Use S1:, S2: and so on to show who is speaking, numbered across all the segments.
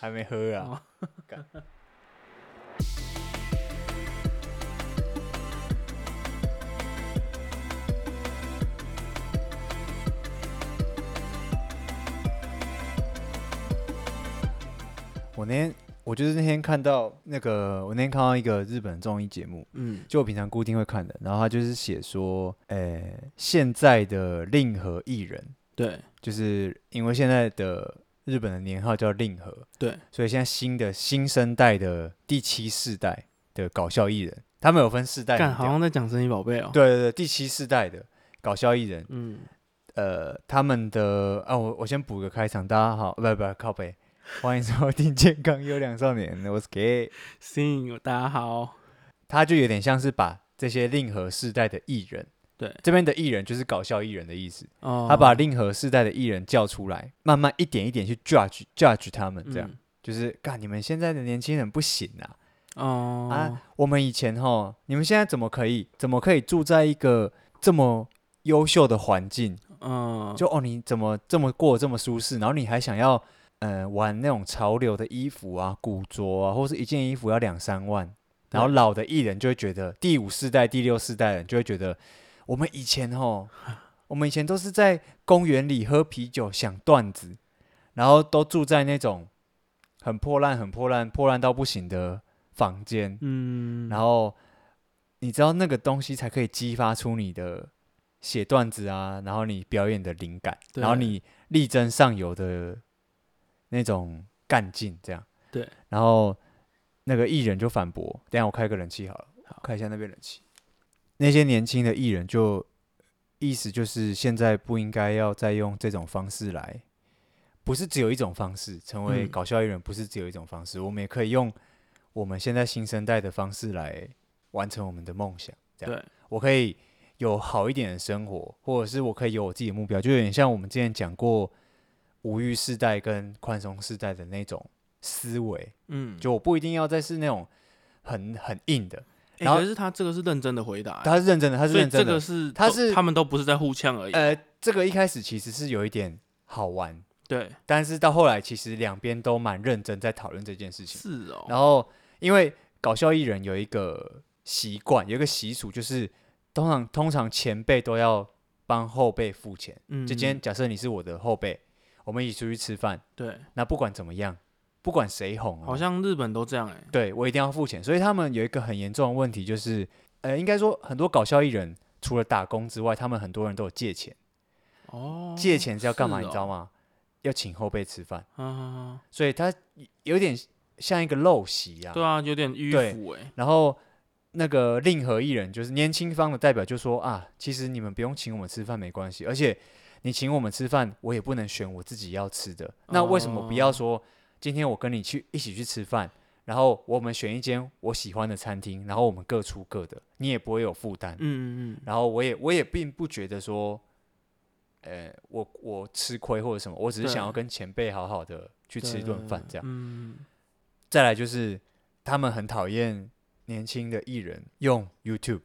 S1: 还没喝啊。我那天，我就是那天看到那个，我那天看到一个日本综艺节目，
S2: 嗯，
S1: 就我平常固定会看的，然后他就是写说，呃、现在的令和艺人，
S2: 对
S1: 就是因为现在的日本的年号叫令和，
S2: 对，
S1: 所以现在新的新生代的第七世代的搞笑艺人，他们有分世代很屌，
S2: 干好像在讲神奇宝贝哦。，
S1: 哎对对对，第七世代的搞笑艺人，
S2: 嗯，
S1: 呃，他们的啊，我我先补个开场，大家好，不不靠背，欢迎收听健康优良少年，我是 Gay，
S2: 行，大家好。
S1: 他就有点像是把这些令和世代的艺人，
S2: 对
S1: 这边的艺人就是搞笑艺人的意思，
S2: 哦，
S1: 他把令和世代的艺人叫出来，慢慢一点一点去 judge judge 他们，这样、
S2: 嗯
S1: 就是干你们现在的年轻人不行啊，
S2: 哦
S1: 啊，我们以前哈，你们现在怎么可以，怎么可以住在一个这么优秀的环境？
S2: 嗯，
S1: 就哦，你怎么这么过得这么舒适？然后你还想要，呃，玩那种潮流的衣服啊、古着啊，或是一件衣服要两三万。然后
S2: 对
S1: 老的艺人就会觉得，第五世代、第六世代人就会觉得，我们以前哈，我们以前都是在公园里喝啤酒、想段子，然后都住在那种很破烂、很破烂、破烂到不行的房间，
S2: 嗯，
S1: 然后你知道那个东西才可以激发出你的写段子啊，然后你表演的灵感，然后
S2: 对
S1: 你力争上游的那种干劲，这样。
S2: 对。
S1: 然后那个艺人就反驳，等一下我开个冷气好了，
S2: 好
S1: 开一下那边冷气。那些年轻的艺人就意思就是现在不应该要再用这种方式来，不是只有一种方式成为
S2: 嗯
S1: 搞笑艺人，不是只有一种方式，我们也可以用我们现在新生代的方式来完成我们的梦想。这样，
S2: 对，
S1: 我可以有好一点的生活，或者是我可以有我自己的目标，就有点像我们之前讲过无欲世代跟宽松世代的那种思维，
S2: 嗯，
S1: 就我不一定要再是那种很很硬的，
S2: 哎
S1: 然后
S2: 可是他这个是认真的回答，欸
S1: 他是认真的，他是
S2: 啊所以
S1: 认真
S2: 这
S1: 的
S2: 个。是
S1: 他
S2: 都
S1: 是
S2: 他们都不是在互呛而已。
S1: 呃，这个一开始其实是有一点好玩，
S2: 对，
S1: 但是到后来其实两边都蛮认真在讨论这件事情。
S2: 是哦。
S1: 然后因为搞笑艺人有一个习惯，有一个习俗，就是通常通常前辈都要帮后辈付钱。
S2: 嗯，
S1: 就今天假设你是我的后辈，我们一起出去吃饭，
S2: 对，
S1: 那不管怎么样，不管谁红、哦，
S2: 好像日本都这样哎。
S1: 对我一定要付钱。所以他们有一个很严重的问题，就是呃，应该说很多搞笑艺人除了打工之外，他们很多人都有借钱。
S2: 哦，
S1: 借钱是要干嘛？
S2: 是
S1: 你知道
S2: 哦？
S1: 吗？要请后辈吃饭，
S2: 嗯，
S1: 所以他有点像一个陋习啊。
S2: 对啊，有点迂
S1: 对
S2: 腐哎。
S1: 然后那个令和艺人就是年轻方的代表，就说啊，其实你们不用请我们吃饭没关系，而且你请我们吃饭，我也不能选我自己要吃的。
S2: 哦
S1: 那为什么不要说今天我跟你去一起去吃饭，然后我们选一间我喜欢的餐厅，然后我们各出各的，你也不会有负担。
S2: 嗯嗯嗯，
S1: 然后我也我也并不觉得说，呃，我我吃亏或者什么，我只是想要
S2: 对
S1: 跟前辈好好的去吃一顿饭这样。
S2: 嗯，
S1: 再来就是他们很讨厌年轻的艺人用 YouTube，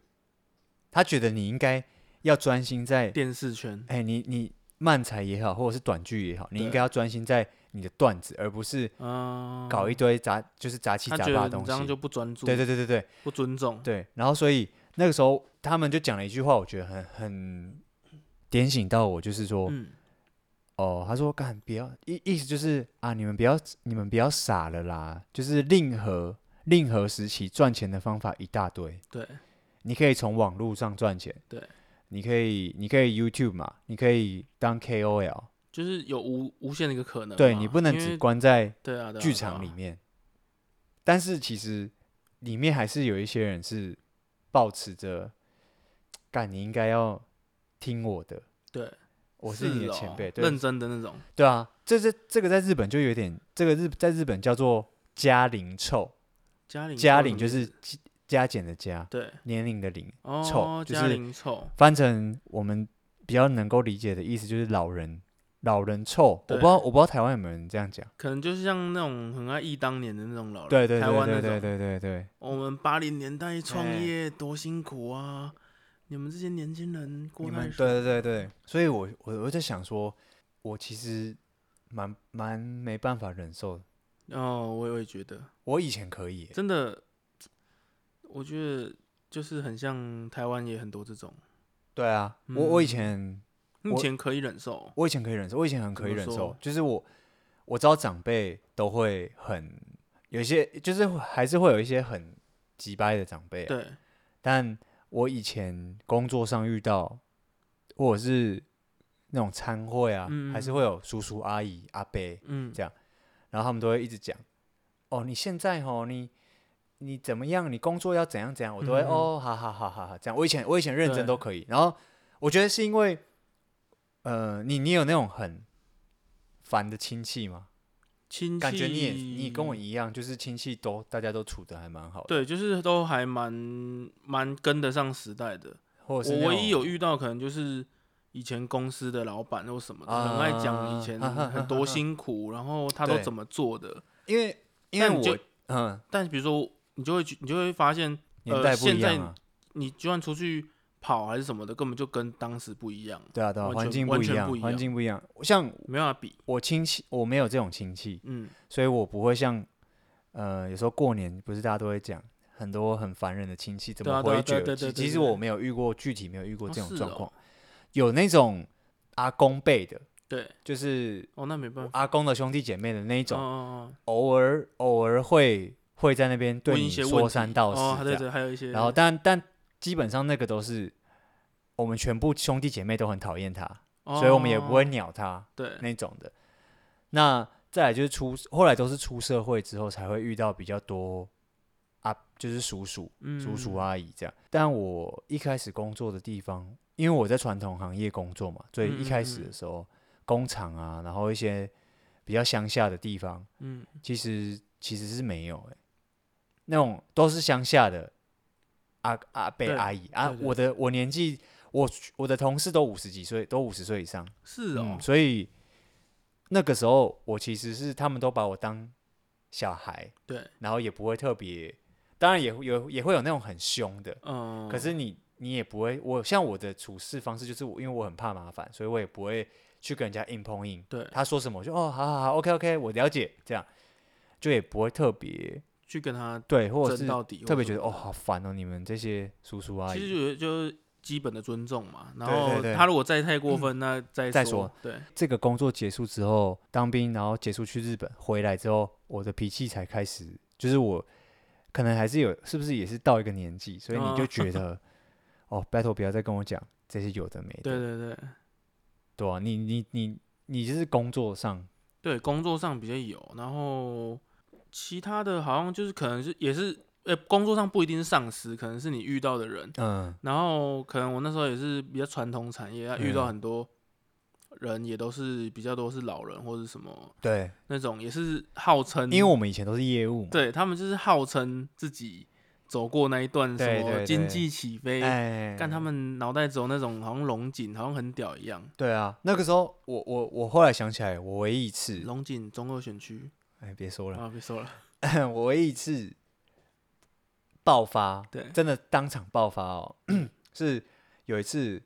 S1: 他觉得你应该要专心在，
S2: 电视圈，
S1: 哎，你你漫才也好，或者是短剧也好，你应
S2: 对
S1: 该要专心在你的段子，而不是
S2: 嗯，
S1: 搞一堆杂就是杂七
S2: 他
S1: 杂
S2: 觉
S1: 八
S2: 得
S1: 的
S2: 你
S1: 东
S2: 这样
S1: 西
S2: 就。不专注，
S1: 对对对对对
S2: 不尊重。
S1: 对，然后所以那个时候他们就讲了一句话，我觉得很很点醒到我，就是说，
S2: 嗯，
S1: 哦，他说干不要意意思就是啊，你们不要你们不要傻了啦，就是令和令和时期赚钱的方法一大堆，
S2: 对
S1: 你可以从网络上赚钱，
S2: 对，
S1: 你可以你可以 YouTube 嘛，你可以当 KOL，
S2: 就是有无无限的一个可能嘛。
S1: 对你不能
S2: 呃啊因
S1: 只
S2: 为
S1: 关在
S2: 对啊，对啊
S1: 剧场里，面，但是其实里面还是有一些人是保持着，干你应该要听我的，
S2: 对啊对，
S1: 我是你的
S2: 哦
S1: 前辈，对，
S2: 认真的那种。
S1: 对啊，这这这个在日本就有点，这个日在日本叫做加龄臭，
S2: 嘉玲，
S1: 加龄就是加加减的加，
S2: 对
S1: 年龄的龄，
S2: 哦
S1: 臭，就
S2: 嘉
S1: 是
S2: 玲臭，
S1: 翻成我们比较能够理解的意思就是老人老人臭。我不
S2: 对
S1: 知道我不知道台湾有没有人这样讲。
S2: 可能就是像那种很爱忆当年的那种老人，
S1: 对对
S2: 台
S1: 对
S2: 湾那
S1: 对对
S2: 种。
S1: 对对对，
S2: 我们八零年代创
S1: 哎
S2: 业多辛苦啊！你们这些年轻人过
S1: 你
S2: 太
S1: 们
S2: 爽
S1: 对对对对，所以我我我在想说，我其实蛮蛮没办法忍受
S2: 哦，我也我也觉得，
S1: 我以前可以耶、
S2: 真的，我觉得就是很像台湾也很多这种，
S1: 对啊，我我以
S2: 嗯
S1: 前
S2: 目前可以忍受。
S1: 我以前可以忍受，我以前很可以
S2: 怎
S1: 忍
S2: 么
S1: 受
S2: 说，
S1: 就是我我知道长辈都会很有一些，就是还是会有一些很急掰的长辈啊、
S2: 对，
S1: 但我以前工作上遇到，或者是那种餐会啊，还是
S2: 嗯
S1: 会有叔叔阿姨阿伯，
S2: 嗯
S1: 这，样然后他们都会一直讲，哦，你现在哦，你你怎么样，你工作要怎样怎样，我都会、
S2: 嗯嗯嗯
S1: 哦，好好好好好，这样。我以前我以前认真
S2: 对
S1: 都可以，然后我觉得是因为，呃，你你有那种很烦的亲戚吗？
S2: 亲戚
S1: 感觉你也你跟我一样，就是亲戚都大家都处的还蛮好的，
S2: 对，就是都还蛮蛮跟得上时代的。
S1: 或者是
S2: 我
S1: 那
S2: 唯一
S1: 种
S2: 有遇到可能就是以前公司的老板或什么的，很爱讲
S1: 啊
S2: 以前
S1: 哈哈哈
S2: 很多辛苦，然后他都
S1: 对
S2: 怎么做的。
S1: 因为因为
S2: 但你
S1: 我
S2: 就呃
S1: 嗯
S2: 但比如说，你就会去你就会发现，
S1: 年
S2: 呃
S1: 代不
S2: 现
S1: 一
S2: 在
S1: 样啊，
S2: 你就算出去跑还是什么的，根本就跟当时不一样，
S1: 对啊对啊，
S2: 完
S1: 环
S2: 全
S1: 境
S2: 完
S1: 不一
S2: 全
S1: 样
S2: 不，一
S1: 环
S2: 样
S1: 境不一样。像
S2: 没办法比。
S1: 我亲戚，我没有这种亲戚，
S2: 嗯，
S1: 所以我不会像，呃，有时候过年不是大家都会讲很多很烦人的亲戚怎
S2: 对
S1: 么
S2: 啊对啊
S1: 回
S2: 对啊
S1: 绝
S2: 对
S1: 亲戚，
S2: 啊对啊对啊
S1: 其实
S2: 对啊
S1: 我没有遇过，具体没有遇过
S2: 哦
S1: 这种
S2: 是
S1: 状
S2: 哦
S1: 况，有那种阿公辈的，
S2: 对，
S1: 就是
S2: 哦，那没办
S1: 我
S2: 法。
S1: 阿公的兄弟姐妹的那一
S2: 哦
S1: 种，
S2: 哦
S1: 偶尔偶尔会会在那边
S2: 哦，
S1: 对
S2: 问一
S1: 你
S2: 些问
S1: 说
S2: 题
S1: 三道
S2: 哦，
S1: 四这
S2: 对
S1: 样，
S2: 对，还有一些，
S1: 然后但但基本上那个都是我们全部兄弟姐妹都很讨厌他，所以我们也不会
S2: 哦
S1: 鸟他，
S2: 对，
S1: 那种的。那再来就是出，后来都是出社会之后才会遇到比较多啊，就是叔叔、
S2: 嗯
S1: 叔叔，阿姨这样。但我一开始工作的地方，因为我在传统行业工作嘛，所以一开始
S2: 嗯嗯
S1: 的
S2: 嗯
S1: 时候，工厂啊，然后一些比较乡下的地方，
S2: 嗯，
S1: 其实其实是没有、欸，那种都是乡下的阿阿伯
S2: 对
S1: 阿姨啊
S2: 对，对
S1: 我的我年纪。我我的同事都五十几岁，都五十岁以上，
S2: 是哦
S1: 嗯，，所以那个时候我其实是他们都把我当小孩，
S2: 对，
S1: 然后也不会特别，当然也会有也会有那种很凶的，
S2: 嗯，
S1: 可是你你也不会，我像我的处事方式就是我因为我很怕麻烦，所以我也不会去跟人家硬碰硬，
S2: 对，
S1: 他说什么我就哦好好好 OK OK 我了解这样，就也不会特别
S2: 去跟他
S1: 对，或者
S2: 争
S1: 是
S2: 到底，
S1: 特别觉得哦，好烦哦你们这些叔叔阿
S2: 其实
S1: 姨，
S2: 就是就是基本的尊重嘛。然
S1: 对对
S2: 后
S1: 对嗯
S2: 他如果再太过分，那再
S1: 再
S2: 说
S1: 说，
S2: 对，
S1: 这个工作结束之后，当兵，然后结束去日本，回来之后，我的脾气才开始，就是我可能还是有，是不是也是到一个年纪，所以你就
S2: 哦
S1: 觉 得，哦，battle 不要再跟我讲这些有的没的，
S2: 对对对
S1: 对啊，你你你你就是工作上，
S2: 对，工作上比较有，然后其他的好像就是可能是也是，呃，工作上不一定是上司，可能是你遇到的人，
S1: 嗯，
S2: 然后可能我那时候也是比较传统产业，啊遇到
S1: 嗯
S2: 很多人也都是比较多是老人或者什么
S1: 对，
S2: 那种，也是号称，
S1: 因为我们以前都是业务嘛，
S2: 对他们就是号称自己走过那一段
S1: 对
S2: 什
S1: 对
S2: 么
S1: 对
S2: 经济起飞，
S1: 哎，
S2: 但他们脑袋只有那种好像龙井，好像很屌一样。
S1: 对啊，那个时候我我我后来想起来，我唯一一次，
S2: 龙井中二选区
S1: 哎，别说了，
S2: 啊，别说了，
S1: 我唯一一次爆发，
S2: 对，
S1: 真的当场爆发哦， 是有一次，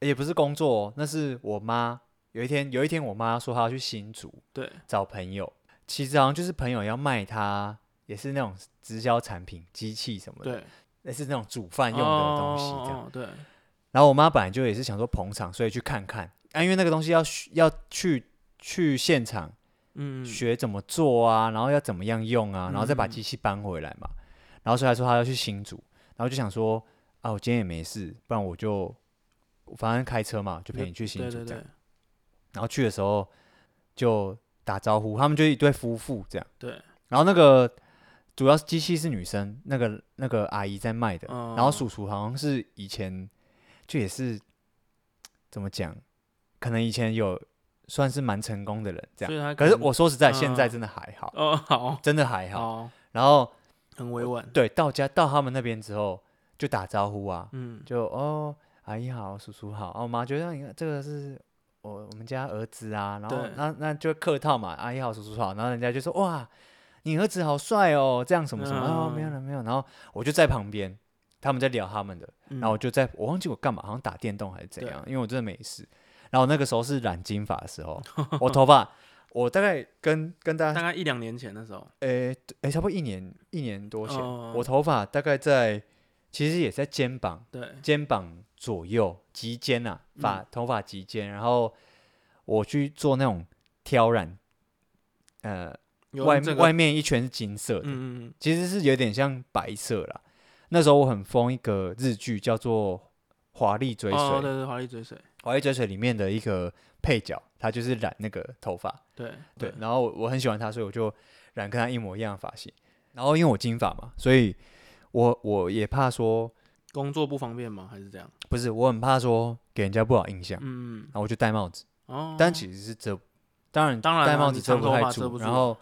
S1: 也不是工作、哦，那是我妈有一天，有一天我妈说她要去新竹
S2: 对，
S1: 找朋友，其实好像就是朋友要卖她，也是那种直销产品、机器什么的，
S2: 对，
S1: 那是那种煮饭用的东西这样。
S2: 哦，哦对，
S1: 然后我妈本来就也是想说捧场，所以去看看，啊，因为那个东西要去要去去现场
S2: 嗯，
S1: 学怎么做啊，然后要怎么样用啊，然后再把
S2: 嗯
S1: 机器搬回来嘛。然后所以他说他要去新竹，然后就想说啊，我今天也没事，不然我就反正开车嘛，就陪你去新
S2: 对
S1: 竹这
S2: 对
S1: 样。
S2: 对
S1: 然后去的时候就打招呼，他们就一对夫妇这样。
S2: 对，
S1: 然后那个主要是机器是女生，那个那个阿姨在卖的，然后
S2: 哦
S1: 叔叔好像是以前就也是怎么讲，可能以前有算是蛮成功的人这样
S2: 所。以他
S1: 可是我说实在，现在
S2: 嗯
S1: 真的还好，
S2: 哦，好
S1: 真的还好。
S2: 好，
S1: 然后
S2: 很委婉，
S1: 对到家到他们那边之后就打招呼啊，
S2: 嗯，
S1: 就哦阿姨好，叔叔好，哦我妈觉得你看这个是我我们家儿子啊，然后
S2: 对
S1: 那那就客套嘛，阿姨好，叔叔好，然后人家就说哇你儿子好帅哦，这样什么什么，哦没有
S2: 嗯
S1: 了没有，然后我就在旁边，他们在聊他们的，
S2: 然
S1: 然后我就在我忘记我干嘛，好像打电动还是怎
S2: 嗯对
S1: 样，因为我真的没事。然后那个时候是染金发的时候，我头发我大概跟跟大
S2: 大
S1: 家，
S2: 概一两年前的时候，
S1: 诶、诶，差不多一年一年多前，
S2: 哦
S1: 我头发大概在，其实也在肩膀
S2: 对，
S1: 肩膀左右及肩啊，发、
S2: 嗯
S1: 头发及肩，然后我去做那种挑染，呃，
S2: 有
S1: 外
S2: 这个，
S1: 外面一圈是金色的，
S2: 嗯嗯嗯，
S1: 其实是有点像白色啦。那时候我很疯一个日剧叫做《华丽追随》，
S2: 哦，对对，华丽追随，
S1: 华丽追随》里面的一个配角，他就是染那个头发，
S2: 对
S1: 对，，然后我我很喜欢他，所以我就染跟他一模一样的发型。然后因为我金发嘛，所以我我也怕说，
S2: 工作不方便吗？还是这样？
S1: 不是我很怕说给人家不好印象，
S2: 嗯，嗯
S1: 然后我就戴帽子，
S2: 哦，
S1: 但其实是遮，当然
S2: 当然
S1: 戴
S2: 啦
S1: 帽
S2: 你
S1: 子遮
S2: 长
S1: 不
S2: 头
S1: 太
S2: 发遮不
S1: 住，
S2: 住
S1: 然
S2: 啊
S1: 后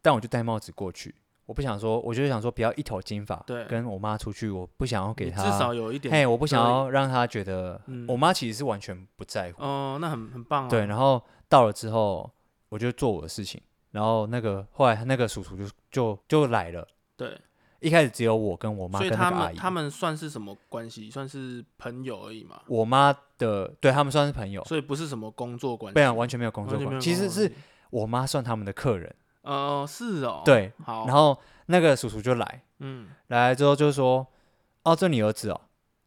S1: 但我就戴帽子过去，我不想说，我就想说不要一头金发，
S2: 对
S1: 跟我妈出去，我不想要给
S2: 你
S1: 她，
S2: 至少有一
S1: 嘿，
S2: 点，
S1: 我不想
S2: 可以
S1: 要让她觉得，
S2: 嗯
S1: 我妈其实是完全不在乎，
S2: 哦，那很很棒啊，
S1: 对，，然后到了之后，我就做我的事情，然后那个后来那个叔叔就就就来了，
S2: 对，
S1: 一开始只有我跟我妈
S2: 所以
S1: 跟那
S2: 他
S1: 个阿
S2: 们
S1: 姨，
S2: 他们算是什么关系？算是朋友而已嘛，
S1: 我妈的对他们算是朋友，
S2: 所以不是什么工作关系，
S1: 不然完全没有工
S2: 完
S1: 作
S2: 全没有
S1: 关系，其
S2: 工
S1: 实
S2: 作
S1: 是
S2: 关系
S1: 我妈算他们的客人，
S2: 哦，是哦，，
S1: 对，
S2: 好，
S1: 然后那个叔叔就来。
S2: 嗯，
S1: 来了之后就说：“哦，这你儿子哦。”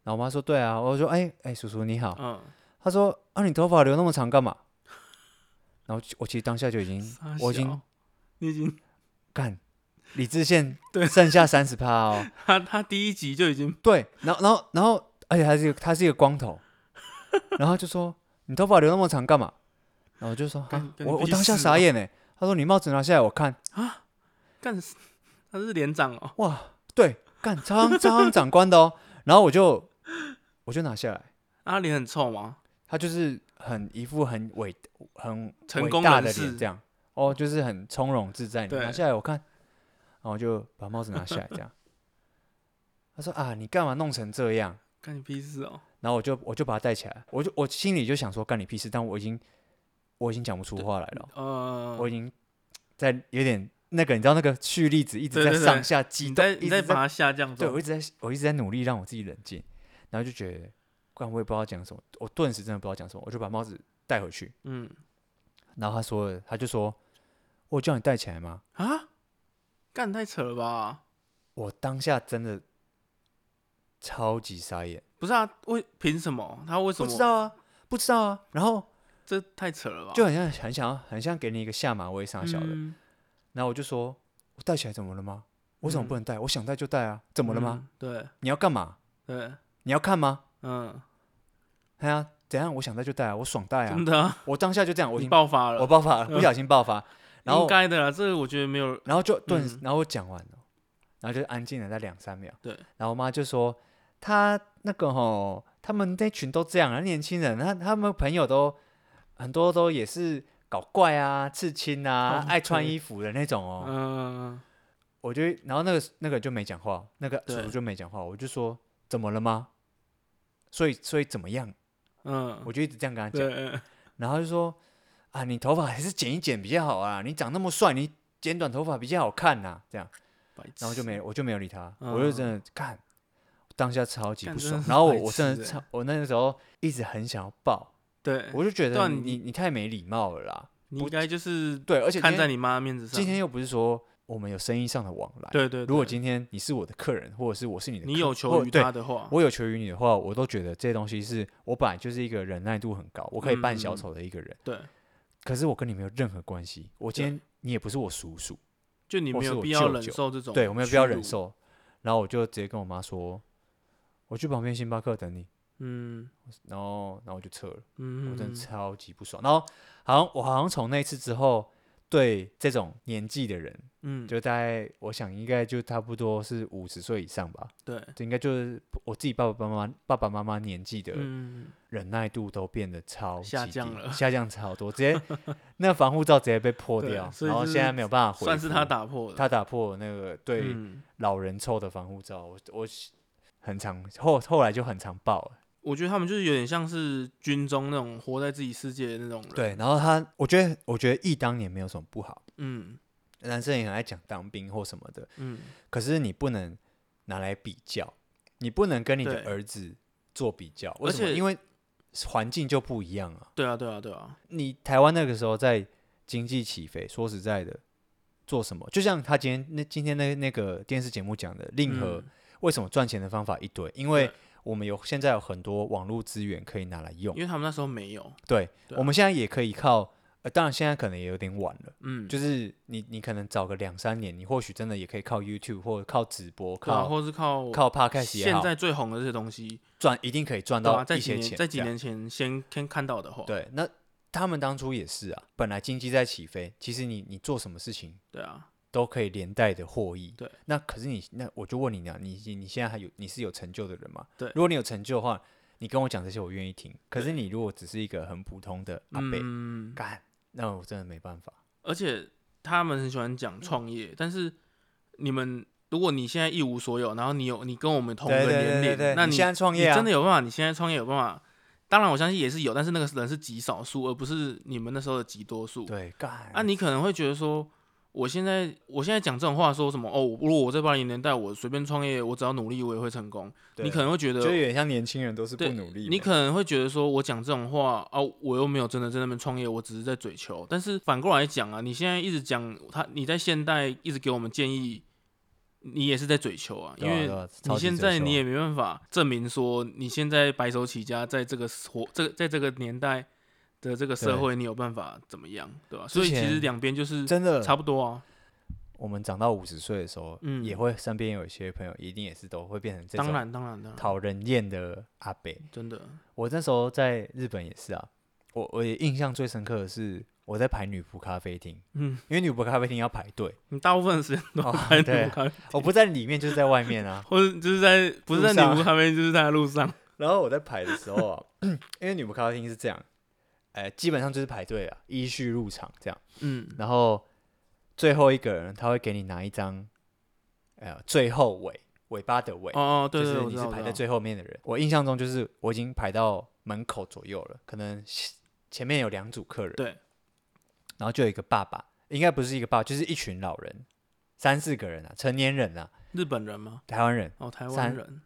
S1: 然后我妈说：“对啊。”我就说：“哎、哎、叔叔你好。
S2: 嗯，
S1: 他说：“啊，你头发留那么长干嘛？”然后我其实当下就已 经
S2: 傻
S1: 我已
S2: 小
S1: 经
S2: 你已经
S1: 干理智线
S2: 对
S1: 剩下三十趴哦。
S2: 他他第一集就已经
S1: 对，然后然后然后，而且他是一个他是一个光头，然后就说：“你头发留那么长干嘛？”然后我就说：“
S2: 干
S1: 啊，
S2: 干
S1: 我
S2: 你
S1: 我
S2: 屁
S1: 当下
S2: 事
S1: 傻
S2: 哦
S1: 眼呢。”欸他说：“你帽子拿下来我看。
S2: 干死，他是连长哦，”
S1: 哇，对，干超像超像长官的哦。然后我就我就拿下来。
S2: 那他脸很臭吗？
S1: 他就是很一副很伟很
S2: 成
S1: 伟
S2: 功
S1: 大
S2: 人
S1: 的
S2: 士
S1: 脸这样，哦，就是很从容自在。你
S2: 对
S1: 拿下来我看，然后我就把帽子拿下来这样。 他说啊，你干嘛弄成这样？
S2: 干你屁事哦！
S1: 然后我就我就把它戴起来，我就我心里就想说干你屁事，但我已经我已经讲不出话来了，
S2: 呃，
S1: 我已经在有点那个你知道那个蓄力值一直
S2: 对
S1: 在
S2: 对对
S1: 上下激
S2: 你
S1: 动，
S2: 在
S1: 一
S2: 你
S1: 直
S2: 在把它下降
S1: 对，我
S2: 中，
S1: 一直在我一直在努力让我自己冷静，然后就觉得，不然我也不知道讲什么，我顿时真的不知道讲什么，我就把帽子戴回去。
S2: 嗯
S1: 然后他说，他就说，我有叫你戴起来吗？
S2: 啊，干太扯了吧？
S1: 我当下真的超级傻眼，
S2: 不是啊，为凭什么？他为什
S1: 不知
S2: 么？
S1: 道啊，不知道啊。然后
S2: 这太扯了吧？
S1: 就很像很想要很像给你一个下马威傻小的。
S2: 啊嗯
S1: 然后我就说，我戴起来怎么了吗？我为什么不能戴？我想戴就戴啊，怎么了吗？？
S2: 嗯对
S1: 你要干嘛？
S2: 对，
S1: 你要看吗？
S2: 嗯，
S1: 哎呀、怎样？我想戴就戴啊，我爽戴啊
S2: 真！的啊，
S1: 我当下就这样，我已
S2: 你
S1: 经
S2: 爆发
S1: 我
S2: 了，
S1: 爆发 了，不小心爆发，然后
S2: 应该的啦，这个我觉得没有，
S1: 然后就顿时
S2: 嗯，
S1: 然后我讲完了，然后就安静了那两三秒，
S2: 对，
S1: 然后我妈就说她那个吼，他们那群都这样啊，年轻人，他他们朋友都很多都也是搞怪啊、刺青啊
S2: 哦、
S1: 爱穿
S2: 对
S1: 衣服的那种哦，
S2: 嗯，
S1: 我就然后那个那个就没讲话，那个叔
S2: 对
S1: 叔就没讲话，我就说怎么了吗？所以所以怎么样？
S2: 嗯，
S1: 我就一直这样跟他讲。
S2: 对，
S1: 然后就说啊，你头发还是剪一剪比较好啊，你长那么帅，你剪短头发比较好看呐、这样，
S2: 白痴嗯
S1: 然后就没，我就没有理他，我就真的看，当下超级
S2: 干
S1: 不
S2: 真
S1: 爽
S2: 的。是
S1: 然后我
S2: 白
S1: 我真
S2: 痴
S1: 的
S2: 欸
S1: 超，我那个时候一直很想要抱，
S2: 对，
S1: 我就觉
S2: 对啊
S1: 得你
S2: 你
S1: 你太没礼貌了啦。
S2: 你
S1: 不
S2: 应该就是
S1: 对，而且
S2: 看
S1: 今
S2: 在
S1: 天
S2: 你妈的面子上，
S1: 今天又不是说我们有生意上的往来，
S2: 对对，
S1: 如果
S2: 对
S1: 今天你是我的客人，或者是我是你的客，
S2: 你有
S1: 或
S2: 求于
S1: 对
S2: 他的话，
S1: 我有求于你的话，我都觉得这些东西是我本来就是一个忍耐度很高，我可以扮小
S2: 嗯
S1: 丑的一个人。
S2: 对，
S1: 可是我跟你没有任何关系，我今
S2: 对
S1: 天你也不是我叔叔，
S2: 就你
S1: 或
S2: 没
S1: 是
S2: 有
S1: 我
S2: 必
S1: 舅
S2: 要忍
S1: 舅
S2: 受这种，
S1: 对我没有必要忍，受。然后我就直接跟我妈说，我去旁边星巴克等你，
S2: 嗯
S1: 然后然后我就撤了，
S2: 嗯，
S1: 我真的
S2: 嗯
S1: 超级不爽。然后好像我好像从那次之后，对这种年纪的人，
S2: 嗯，
S1: 就大概我想应该就差不多是五十岁以上吧，
S2: 对，
S1: 这应该就是我自己爸爸妈妈爸爸妈妈年纪的
S2: 嗯，
S1: 忍耐度都变得超
S2: 下
S1: 级
S2: 降
S1: 低
S2: 了
S1: 下降超多，直 接那个防护罩直接被破
S2: 对
S1: 掉，
S2: 所以
S1: 然后
S2: 就
S1: 现在
S2: 是
S1: 没有办法回复。
S2: 算是他打破的，
S1: 他打破那个对
S2: 嗯，
S1: 老人臭的防护罩，我我很常后后来就很常爆了。
S2: 我觉得他们就是有点像是军中那种活在自己世界的那种人，，
S1: 对，然后他我觉得我觉得忆当年没有什么不好，
S2: 嗯
S1: 男生也很爱讲当兵或什么的，
S2: 嗯，
S1: 可是你不能拿来比较，你不能跟你的
S2: 对
S1: 儿子做比较，
S2: 而
S1: 为什么？
S2: 且
S1: 因为环境就不一样啊。
S2: 对啊对啊对啊，
S1: 你台湾那个时候在经济起飞，说实在的，做什么？就像他今天那今天那那个电视节目讲的，令和、
S2: 嗯
S1: 为什么赚钱的方法一堆？因为
S2: 对
S1: 我们有现在有很多网络资源可以拿来用
S2: 因，为他们那时候没有，
S1: 对，
S2: 嗯对啊
S1: 我们现在也可以靠。呃，当然现在可能也有点晚了，
S2: 嗯，
S1: 就是你你可能找个两三年，你或许真的也可以靠 YouTube 或者靠直播、
S2: 对啊
S1: 靠
S2: 或是靠
S1: 靠 Podcast 也
S2: 现
S1: 好，
S2: 在最红的这些东西，
S1: 赚一定可以赚
S2: 对
S1: 到
S2: 啊，在
S1: 一
S2: 几
S1: 些
S2: 年
S1: 钱。
S2: 在几
S1: 这样
S2: 年前先先看到的话，
S1: 对，那他们当初也是啊，本来经济在起飞，其实你你做什么事情
S2: 对啊，
S1: 都可以连带的获益。
S2: 对，
S1: 那可是你那我就问你呢，你你你现在还有你是有成就的人吗？
S2: 对
S1: 如果你有成就的话，你跟我讲这些我愿意听。可是你如果只是一个很普通的阿伯，
S2: 嗯，
S1: 干，那我真的没办法。
S2: 而且他们很喜欢讲创业，但是你们如果你现在一无所有，然后你有你跟我们同
S1: 对
S2: 个
S1: 对
S2: 年
S1: 对对
S2: 龄，
S1: 对，
S2: 那
S1: 你现在创业
S2: 你
S1: 啊，
S2: 真的有办法？你现在创业有办法？当然，我相信也是有，但是那个人是极少数，而不是你们那时候的极多数。
S1: 对干
S2: 啊，你可能会觉得说，我现在我现在讲这种话，说什么哦，我如果我在八零年代，我随便创业，我只要努力，我也会成功。
S1: 对
S2: 你可能会觉
S1: 就有
S2: 得，
S1: 点像年轻人都是不
S2: 对
S1: 努力嘛，
S2: 你可能会觉得说，我讲这种话啊，我又没有真的在那边创业，我只是在嘴求。但是反过来讲啊，你现在一直讲他，你在现代一直给我们建议，你也是在嘴求啊，因
S1: 对啊
S2: 为
S1: 对啊超
S2: 你
S1: 级
S2: 现
S1: 追
S2: 在
S1: 求
S2: 你
S1: 啊
S2: 也没办法证明说你现在白手起家，在这个活这个在这个年代的这个社
S1: 对
S2: 会，你有办法怎么样，对吧、所以
S1: 之
S2: 其
S1: 前
S2: 实两边就是
S1: 真的
S2: 差不多啊，
S1: 我们长到五十岁的时候，
S2: 嗯
S1: 也会身边有一些朋友，一定也是都会变成这
S2: 当
S1: 种
S2: 然当然当然，
S1: 讨人厌的阿伯。
S2: 真的，
S1: 我那时候在日本也是啊，我我也印象最深刻的是我在排女仆咖啡厅，
S2: 嗯，
S1: 因为女仆咖啡厅要排队，
S2: 你大部分的时间 都
S1: 哦
S2: 在女
S1: 对
S2: 仆咖啡，。
S1: 我不在里面就是在外面啊
S2: 或者就是在不是在
S1: 路
S2: 女
S1: 上
S2: 仆咖啡，就是在路上，
S1: 然后我在排的时候啊， 因为女仆咖啡厅是这样，哎、基本上就是排队啊，依序入场这样。
S2: 嗯，
S1: 然后最后一个人他会给你拿一张，呃，最后尾尾巴的尾，
S2: 哦哦，对对，
S1: 就
S2: 对
S1: 是
S2: 我
S1: 你
S2: 知
S1: 是
S2: 道，
S1: 排
S2: 我
S1: 在
S2: 知道，
S1: 最后面的人。我印象中就是我已经排到门口左右了，可能前前面有两组客人，
S2: 对，
S1: 然后就有一个爸爸，应该不是一个爸爸，就是一群老人，三四个人啊，成年人啊，
S2: 日本人吗？
S1: 台湾人，
S2: 哦，台
S1: 三
S2: 湾人，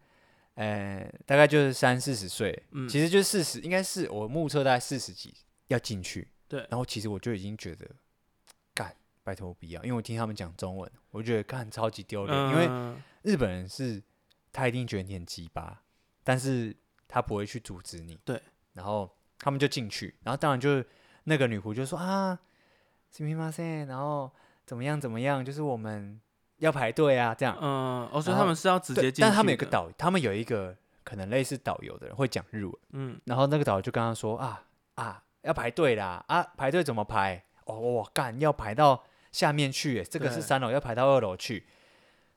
S1: 呃，大概就是三四十岁，
S2: 嗯，
S1: 其实就是四十，应该是我目测大概四十几要进去，
S2: 对
S1: 然后其实我就已经觉得，干，拜托不要，因为我听他们讲中文，我就觉得干超级丢脸，因为
S2: 嗯
S1: 日本人是他一定觉得你很鸡巴，但是他不会去阻止你。
S2: 对，
S1: 然后他们就进去，然后当然就是那个女仆就说啊，すみません，然后怎么样怎么样，就是我们要排队啊，这样。
S2: 嗯，哦，所以
S1: 然
S2: 他
S1: 后
S2: 们是要直接
S1: 对，
S2: 进去的，
S1: 但他们有个导，他们有一个可能类似导游的人会讲日文，
S2: 嗯，
S1: 然后那个导游就跟他说啊啊，要排队啦，啊排队怎么排？哦，我干要排到下面去耶，这个是
S2: 对
S1: 三楼，要排到二楼去。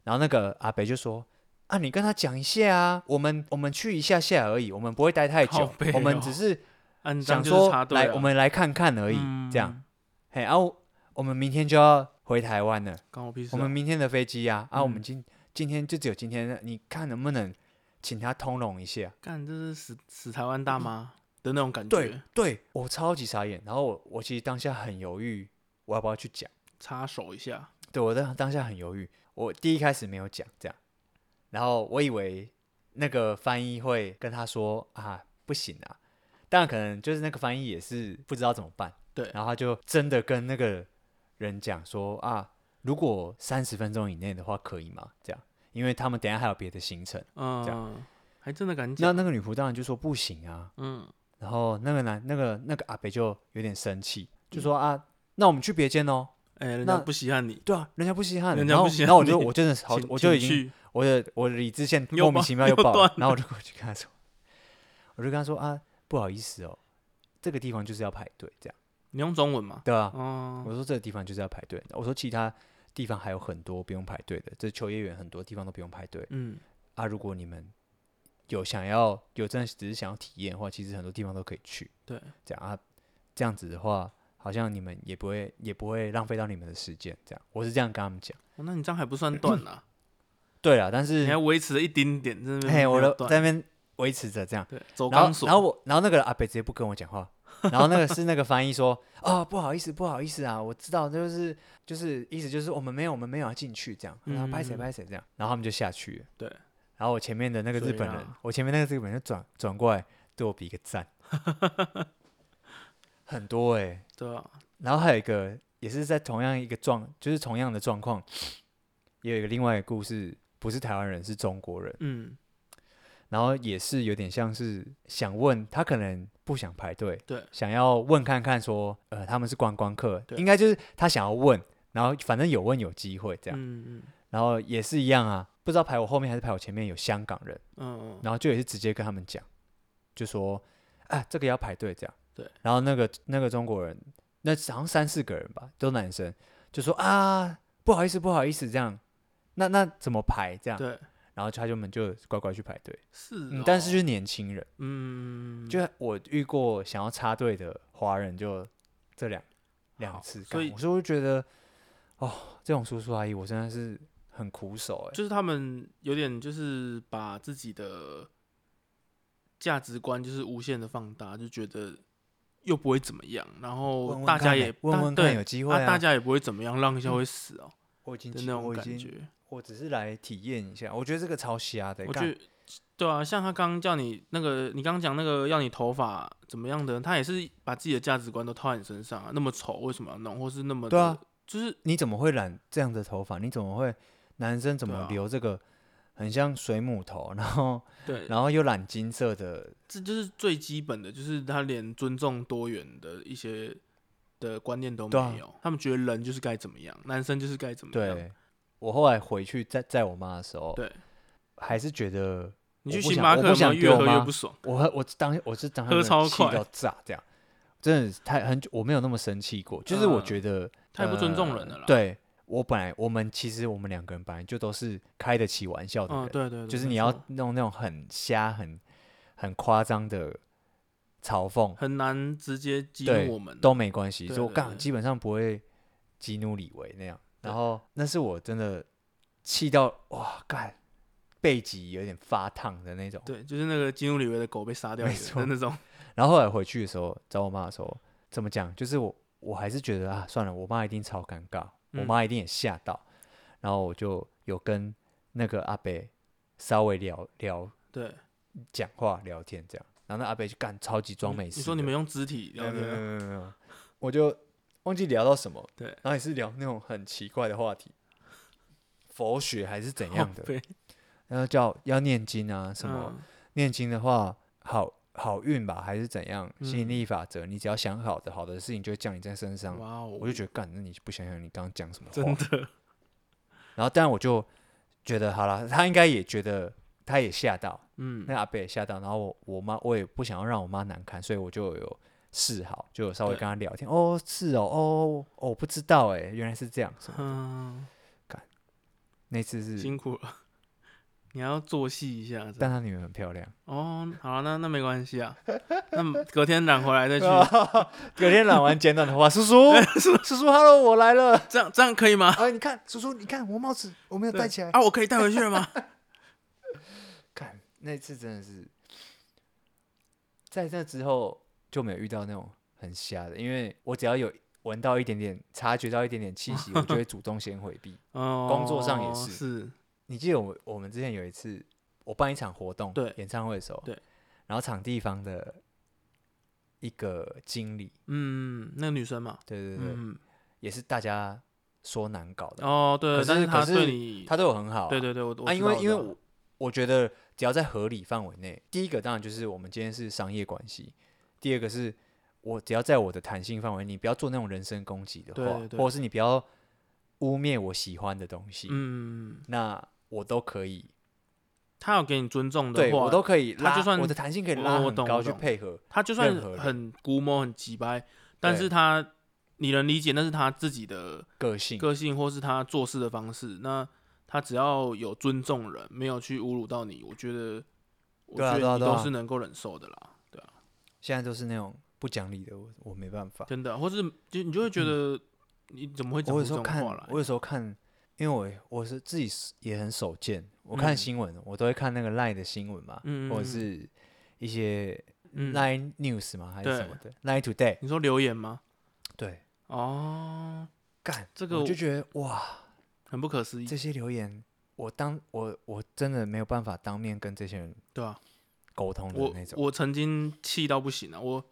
S1: 然后那个阿北就说啊，你跟他讲一下啊，我们我们去一下下而已，我们不会待太
S2: 靠
S1: 久
S2: 背，
S1: 我们
S2: 哦
S1: 只是
S2: 啊， 你这
S1: 想
S2: 样就是
S1: 说
S2: 插队
S1: 来
S2: 啊嗯
S1: 我们来看看而已，这样。，嘿，然、啊、后我们明天就要回台湾了。
S2: 关我屁事啊。
S1: 我们明天的飞机呀、啊，我们
S2: 嗯
S1: 今今天就只有今天，你看能不能请他通融一下？
S2: 干，这是死死台湾大妈的那种感
S1: 嗯对
S2: 觉，
S1: 对，我超级傻眼，然后我我其实当下很犹豫，我要不要去讲？
S2: 插手一下，
S1: 对我当当下很犹豫，我第一开始没有讲这样，然后我以为那个翻译会跟他说啊不行啊，当然可能就是那个翻译也是不知道怎么办，
S2: 对
S1: 然后他就真的跟那个人讲说啊，如果三十分钟以内的话可以吗？这样，因为他们等一下还有别的行程。这
S2: 嗯，还真的敢
S1: 那
S2: 讲，
S1: 那个女仆当然就说不行啊，
S2: 嗯，
S1: 然后那个男那个那个阿北就有点生气，
S2: 嗯
S1: 就说啊，那我们去别间哦。
S2: 哎，人家
S1: 那
S2: 不稀罕你，
S1: 对啊，人家不稀罕，
S2: 人家
S1: 然
S2: 不
S1: 后
S2: 稀
S1: 然后我
S2: 罕
S1: 就
S2: 你
S1: 我真的是好
S2: 请，
S1: 我就已
S2: 请
S1: 经
S2: 去
S1: 我的我的理智线
S2: 又
S1: 莫名
S2: 爆
S1: 其妙又爆
S2: 断
S1: 了，然后我就过去跟他说，我就跟他说啊，不好意思哦，这个地方就是要排队这样，
S2: 你用中文嘛？
S1: 对啊，
S2: 哦，
S1: 我说这个地方就是要排队，我说其他地方还有很多不用排队的，这秋叶原很多地方都不用排队
S2: 嗯，
S1: 啊，如果你们有想要有真的只是想要体验的话，其实很多地方都可以去。
S2: 对，哦
S1: 这样啊，这样子的话，好像你们也不会也不会浪费到你们的时间，这样我是这样跟他们讲。
S2: 哦那你这样还不算 断啦，
S1: 对啦，但
S2: 你
S1: 是
S2: 还维持了一丁点，真的没
S1: 嘿，
S2: 有
S1: 我的
S2: 断
S1: 在那边维持着这样，
S2: 对，走
S1: 然
S2: 钢
S1: 后然后
S2: 索，
S1: 我然后那个阿北直接不跟我讲话，然后那个是那个翻译说哦不好意思不好意思啊，我知道就是就是意思就是我们没有我们没有要进去这样，然后
S2: 嗯
S1: 拍谁拍谁这样，然后他们就下去了。
S2: 对，
S1: 然后我前面的那个日
S2: 所以
S1: 本人
S2: 啊，
S1: 我前面那个日本人就转 转过来对我比一个赞，很多哎、
S2: 对啊，
S1: 然后还有一个也是在同样一个状，就是同样的状况，也有一个另外一个故事，不是台湾人，是中国人，
S2: 嗯，
S1: 然后也是有点像是想问他，可能不想排队，
S2: 对，
S1: 想要问看看说，呃，他们是观光客，
S2: 对
S1: 应该就是他想要问，然后反正有问有机会这样，
S2: 嗯嗯
S1: 然后也是一样啊，不知道排我后面还是排我前面有香港人，
S2: 嗯嗯，
S1: 然后就也是直接跟他们讲，就说，啊，这个要排队这样，
S2: 对，
S1: 然后那个那个中国人，那好像三四个人吧，都男生，就说啊，不好意思不好意思这样，那那怎么排这样，
S2: 对，
S1: 然后他就们就乖乖去排队。
S2: 是
S1: 嗯
S2: 哦，，
S1: 但是就是年轻人，
S2: 嗯，
S1: 就我遇过想要插队的华人，就这两两
S2: 好
S1: 次干。
S2: 所以
S1: 我说我就觉得，哦，这种叔叔阿姨，我真的是很苦手哎、
S2: 就是他们有点就是把自己的价值观就是无限的放大，就觉得又不会怎么样，然
S1: 问
S2: 后
S1: 问
S2: 大家
S1: 看
S2: 也
S1: 欸问
S2: 大
S1: 问看
S2: 对
S1: 有机会啊，
S2: 大家也不会怎么样，让一下会死哦、
S1: 我已经
S2: 的
S1: 其
S2: 那种
S1: 我已
S2: 感
S1: 经，
S2: 觉。
S1: 我只是来体验一下，我觉得这个超瞎的、欸
S2: 我
S1: 干
S2: 觉得对啊，像他刚刚叫你那个，你刚刚讲那个要你头发怎么样的，他也是把自己的价值观都套在你身上啊，那么丑为什么要弄，或是那么
S1: 对啊
S2: 的，就是
S1: 你怎么会染这样的头发？你怎么会男生怎
S2: 对
S1: 么
S2: 啊
S1: 留这个很像水母头，然后
S2: 对，
S1: 然后又染金色的？
S2: 这就是最基本的，就是他连尊重多元的一些的观念都
S1: 对啊
S2: 没有。他们觉得人就是该怎么样，男生就是该怎么样。
S1: 对，我后来回去在在我妈的时候，
S2: 嗯啊对
S1: 还是觉得
S2: 你
S1: 我
S2: 去
S1: 不
S2: 星
S1: 想
S2: 巴
S1: 我
S2: 克
S1: 不
S2: 有没有
S1: 想
S2: 越
S1: 丢
S2: 喝越
S1: 吗
S2: 不爽？
S1: 我我当我是当他
S2: 喝
S1: 们
S2: 超
S1: 气
S2: 快
S1: 到炸这样，真的是太很久我没有那么生气过，就是我
S2: 嗯
S1: 觉得、
S2: 太不尊重人
S1: 呃
S2: 了啦
S1: 对我本来我们其实我们两个人本来就都是开得起玩笑的人，
S2: 嗯，对对对，
S1: 就是
S2: 没
S1: 你要
S2: 错
S1: 弄那种很瞎、很很夸张的嘲讽
S2: 很难直接激
S1: 对
S2: 怒我们。
S1: 都没关系，
S2: 对
S1: 所以我
S2: 对
S1: 刚
S2: 对
S1: 基本上不会激怒李维那样。然
S2: 对
S1: 后那是我真的气到哇干背脊有点发烫的那种。
S2: 对，就是那个激怒李维的狗被杀掉
S1: 没
S2: 的
S1: 错
S2: 的那种。
S1: 然后后来回去的时候，找我妈的时候，怎么讲？就是我我还是觉得啊，算了，我妈一定超尴尬，我
S2: 嗯
S1: 妈一定也吓到。然后我就有跟那个阿伯稍微聊聊
S2: 对，
S1: 讲话聊天这样，然后那阿伯就干超级装
S2: 你
S1: 没事的。
S2: 你说你们用肢体
S1: 没
S2: 聊
S1: 有没有没有
S2: 天，
S1: 没有没有，我就忘记聊到什么，
S2: 对
S1: 然后也是聊那种很奇怪的话题，佛学还是怎样的
S2: 靠，背
S1: 然后叫要念经啊什么。
S2: 哦嗯
S1: 念经的话，好好运吧，还是怎样？
S2: 嗯
S1: 吸引力法则，你只要想好的，好的事情就会降临在身上。
S2: 哇哦，
S1: 我就觉得，干，那你不想想你刚刚讲什么
S2: 真
S1: 话？
S2: 的，
S1: 然后，但我就觉得好了，他应该也觉得，他也吓到，
S2: 嗯
S1: 那，阿贝也吓到。然后我我妈，我也不想要让我妈难堪，所以我就有示好，就有稍微
S2: 对
S1: 跟他聊天。哦，是哦，哦，哦，我不知道，哎，原来是 这样。什么
S2: 嗯，
S1: 那次是，
S2: 辛苦了，你还要做戏一下，真的
S1: 但他女儿很漂亮。
S2: 哦，好啊、那那没关系啊，那么隔天染回来再去，
S1: 隔天染完剪短头发，叔 叔，叔叔，hello，我来了。
S2: 这样这样可以吗？
S1: 哎，你看，叔叔，你看我帽子我没有戴起来。
S2: 啊，我可以带回去了吗？
S1: 看那次真的是，在那之后就没有遇到那种很瞎的，因为我只要有闻到一点点、察觉到一点点气息，我就 会主动先回避。
S2: 哦，
S1: 工作上也是
S2: 是，
S1: 你记得我我们之前有一次，我办一场活动，
S2: 对
S1: 演唱会的时候，
S2: 对，
S1: 然后场地方的一个经理，
S2: 嗯，那个女生嘛，
S1: 对对对，
S2: 嗯，
S1: 也是大家说难搞的，
S2: 哦，对，
S1: 可
S2: 但
S1: 是
S2: 她
S1: 可是
S2: 对你，
S1: 他对我很好、
S2: 对。对对，我我
S1: 啊，
S2: 知
S1: 因为
S2: 道
S1: 因为
S2: 知道
S1: 我我觉得只要在合理范围内，第一个当然就是我们今天是商业关系，第二个是我只要在我的弹性范围，你不要做那种人身攻击的话，
S2: 对对对
S1: 或者是你不要污蔑我喜欢的东西，
S2: 嗯，
S1: 那我都可以，
S2: 她有给你尊重的
S1: 对
S2: 话，
S1: 我都可以
S2: 他
S1: 拉，
S2: 就算
S1: 我的弹性可以
S2: 我
S1: 拉
S2: 我
S1: 很
S2: 懂
S1: 高
S2: 我
S1: 去
S2: 懂
S1: 配合，
S2: 她就算
S1: 任何人
S2: 很估摸很急掰，但
S1: 对
S2: 是她你能理解那是她自己的
S1: 个性，
S2: 个性或是她做事的方式，那她只要有尊重人，没有去侮辱到你，我觉得，我
S1: 对啊
S2: 觉
S1: 对啊
S2: 得你
S1: 对啊
S2: 都是能够忍受的啦。啊
S1: 现在都是那种不讲理的，我我没办法。
S2: 真的，或是就你就会觉得你怎么会讲
S1: 我有
S2: 出这
S1: 时候
S2: 种
S1: 看
S2: 话来，？
S1: 我有时候看，因为我我是自己是也很手贱，我看
S2: 嗯
S1: 新闻，我都会看那个赖的新闻嘛，
S2: 嗯
S1: 或者
S2: 嗯嗯
S1: 是一些
S2: 嗯
S1: Line News 嘛，还是什
S2: 对
S1: 么的 Line Today，
S2: 你说留言吗？
S1: 对，
S2: 哦，
S1: 干
S2: 这个
S1: 我就
S2: 我
S1: 觉得哇，
S2: 很不可思议
S1: 这，些留言，我当我我真的没有办法当面跟这些人
S2: 对啊，
S1: 沟通的
S2: 我
S1: 那种，
S2: 我曾经气到不行啊，我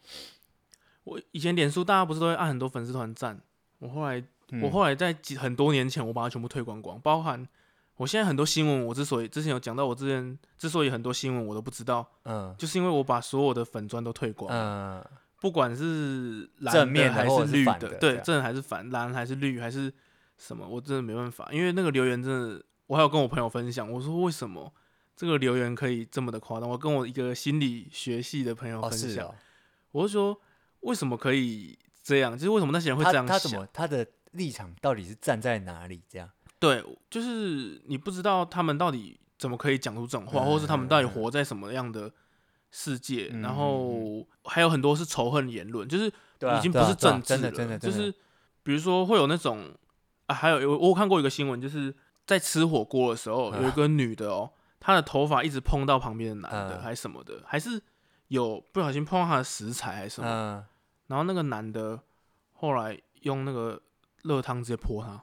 S2: 我以前脸书大家不是都会按很多粉丝团赞，我后来
S1: 嗯
S2: 我后来在几很多年前，我把它全部退光光，包含我现在很多新闻，我之所以之前有讲到，我之前之所以很多新闻我都不知道，
S1: 嗯
S2: 就是因为我把所有的粉砖都退光，
S1: 嗯
S2: 不管是蓝
S1: 正面
S2: 的
S1: 的
S2: 还
S1: 或者是
S2: 绿
S1: 反的这
S2: 对，
S1: 样
S2: 正还是反，蓝还是绿还是什么，我真的没办法，因为那个留言真的，我还有跟我朋友分享，我说为什么这个留言可以这么的夸张？我跟我一个心理学系的朋友
S1: 哦
S2: 分
S1: 是
S2: 享，
S1: 哦，
S2: 我就说为什么可以这样？就是为什么那些人会
S1: 他
S2: 这样
S1: 他
S2: 想？
S1: 怎么他的立场到底是站在哪里这样？
S2: 对，就是你不知道他们到底怎么可以讲出这种
S1: 嗯
S2: 话，或是他们到底活在什么样的世界，
S1: 嗯嗯嗯
S2: 然后还有很多是仇恨言论，就是
S1: 对啊
S2: 已经
S1: 对
S2: 不
S1: 啊
S2: 是
S1: 对啊
S2: 政治了，
S1: 真的真的
S2: 就
S1: 真的
S2: 是比如说会有那种啊，还有我我有看过一个新闻，就是在吃火锅的时候，
S1: 啊
S2: 有一个女的哦，她的头发一直碰到旁边的男的，
S1: 啊
S2: 还是什么的，还是有不小心碰到她的食材还是什么，
S1: 嗯，
S2: 然后那个男的后来用那个热汤直接泼他，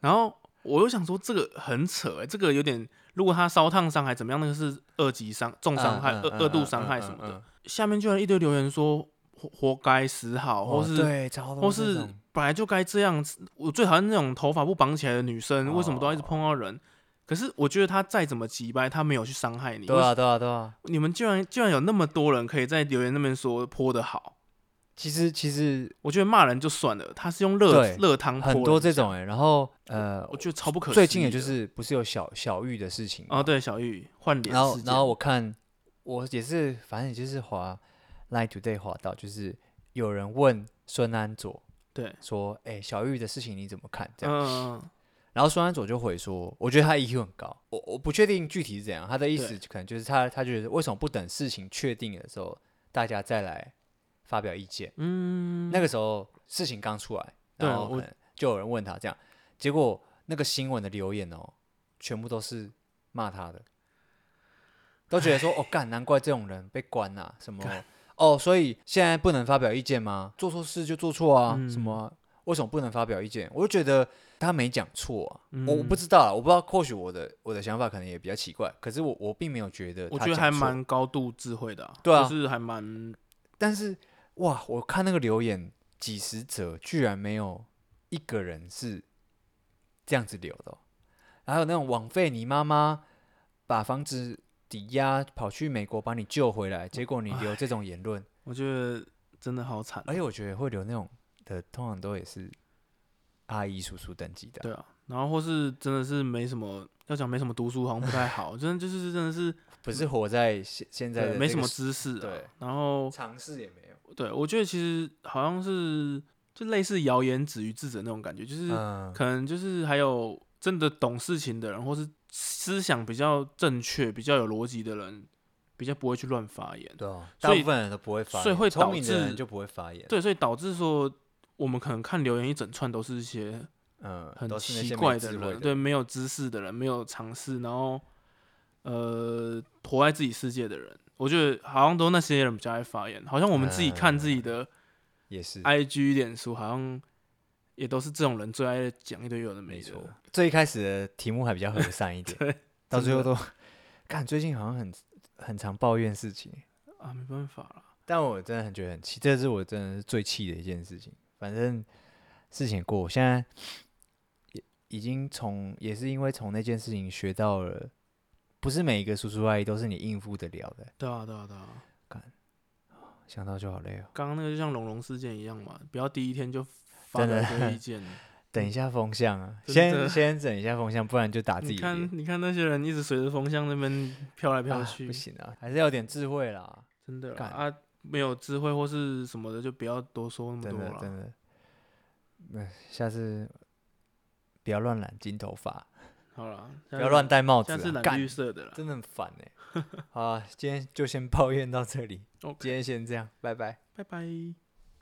S2: 然后我又想说这个很扯哎、这个有点，如果他烧烫伤还怎么样，那个是二级伤、重伤害、
S1: 嗯
S2: 二
S1: 嗯
S2: 二度
S1: 嗯
S2: 伤
S1: 嗯
S2: 害
S1: 嗯
S2: 什么
S1: 嗯
S2: 的。
S1: 嗯
S2: 下面居然一堆留言说活活该死好，或
S1: 哦
S2: 是、
S1: 对，超
S2: 或
S1: 多这
S2: 是
S1: 种
S2: 本来就该这样。我最讨厌那种头发不绑起来的女生，为什么都要一直碰到人？可是我觉得她再怎么急掰，她没有去伤害你。
S1: 对啊对啊对啊。
S2: 为什，你们居然居然有那么多人可以在留言那边说泼的好。
S1: 其实其实
S2: 我觉得骂人就算了，他是用热
S1: 对
S2: 热汤泼
S1: 很
S2: 人
S1: 多这种哎、然后呃，
S2: 我觉得超不可思议的。
S1: 最近也就是不是有小小玉的事情
S2: 哦，
S1: 嘛
S2: 对，小玉换脸
S1: 然后
S2: 事
S1: 哦
S2: 件
S1: 然后我看我也是，反正也就是滑 Line Today 滑到，就是有人问孙安佐
S2: 对，
S1: 说：“哎、小玉的事情你怎么看？”这样，
S2: 嗯，
S1: 然后孙安佐就回说：“我觉得他 EQ 很高，我我不确定具体是怎样，他的意思
S2: 对
S1: 可能就是他他觉得为什么不等事情确定的时候大家再来发表意见。”
S2: 嗯，
S1: 那个时候事情刚出来，
S2: 对
S1: 然后
S2: 我
S1: 可能就有人问他这样，结果那个新闻的留言哦，全部都是骂他的，都觉得说哦干，难怪这种人被关呐、什么
S2: 干
S1: 哦，所以现在不能发表意见吗？做错事就做错啊，
S2: 嗯
S1: 什么啊为什么不能发表意见？我就觉得他没讲错啊，我我
S2: 嗯
S1: 不知道啊，我不知道，或许我的我的想法可能也比较奇怪，可是我我并没有觉得，
S2: 我觉得还蛮高度智慧的、
S1: 对啊
S2: 就是还蛮
S1: 但是哇，我看那个留言几十则，居然没有一个人是这样子留的哦、还有那种枉费你妈妈把房子抵押跑去美国把你救回来，结果你留这种言论，
S2: 我觉得真的好惨。
S1: 而且我觉得会留那种的，通常都也是阿姨叔叔等级的，
S2: 对啊，然后或是真的是没什么要讲，没什么读书好像不太好，真的就是真的是
S1: 不是活在现现在的
S2: 对没
S1: 这
S2: 什
S1: 个
S2: 么
S1: 时
S2: 知识、啊。
S1: 对，
S2: 然后
S1: 尝试也没有，
S2: 对我觉得其实好像是就类似谣言止于智者那种感觉，就是。
S1: 嗯，
S2: 可能就是还有真的懂事情的人，或是思想比较正确、比较有逻辑的人，比较不会去乱发言。
S1: 对啊，
S2: 所
S1: 大
S2: 以
S1: 部分人都不会发言，
S2: 所以会导
S1: 聪明的人
S2: 致
S1: 就不会发言，
S2: 对，所以导致说我们可能看留言一整串都是一些
S1: 嗯，
S2: 很
S1: 都是那
S2: 奇
S1: 些没
S2: 怪
S1: 智
S2: 的
S1: 慧
S2: 人，
S1: 的人
S2: 对，没有知识的人，没有尝试，然后呃，活在自己世界的人。我觉得好像都那些人比较爱发言，好像我们自己看自己的
S1: 也嗯是
S2: IG 脸书，好像也都是这种人最爱讲一堆有的没的。
S1: 最一开始的题目还比较和善一 点，
S2: 对，
S1: 到最后
S2: 真
S1: 都，看最近好像很很常抱怨事情，
S2: 啊，没办法了。
S1: 但我真的很觉得很气，这是我真的是最气的一件事情。反正事情过，我现在也已经从也是因为从那件事情学到了，不是每一个叔叔阿姨都是你应付得了的，
S2: 对啊，对啊，对啊。
S1: 想到就好累哦。
S2: 刚刚那个就像龙龙事件一样嘛，不要第一天就发
S1: 真
S2: 表
S1: 的
S2: 一堆 意见。
S1: 等一下风向啊，
S2: 嗯真的
S1: 先先整一下风向，不然就打自
S2: 你
S1: 己
S2: 看
S1: 脸，，
S2: 你看那些人一直随着风向那边飘来飘
S1: 啊
S2: 去，
S1: 不行啊，还是要有点智慧啦。
S2: 真的啦
S1: 干
S2: 啊，没有智慧或是什么的，就不要多说那么
S1: 真
S2: 多
S1: 的
S2: 了。
S1: 真的，那下次不要乱染金头发，
S2: 好了，
S1: 不要乱
S2: 戴，
S1: 戴帽子
S2: 下次
S1: 啊，
S2: 染
S1: 干
S2: 绿，色的啦。
S1: 真的很烦哎、 好啊，今天就先抱怨到这里
S2: OK
S1: 今天先这样，拜拜。
S2: 拜拜。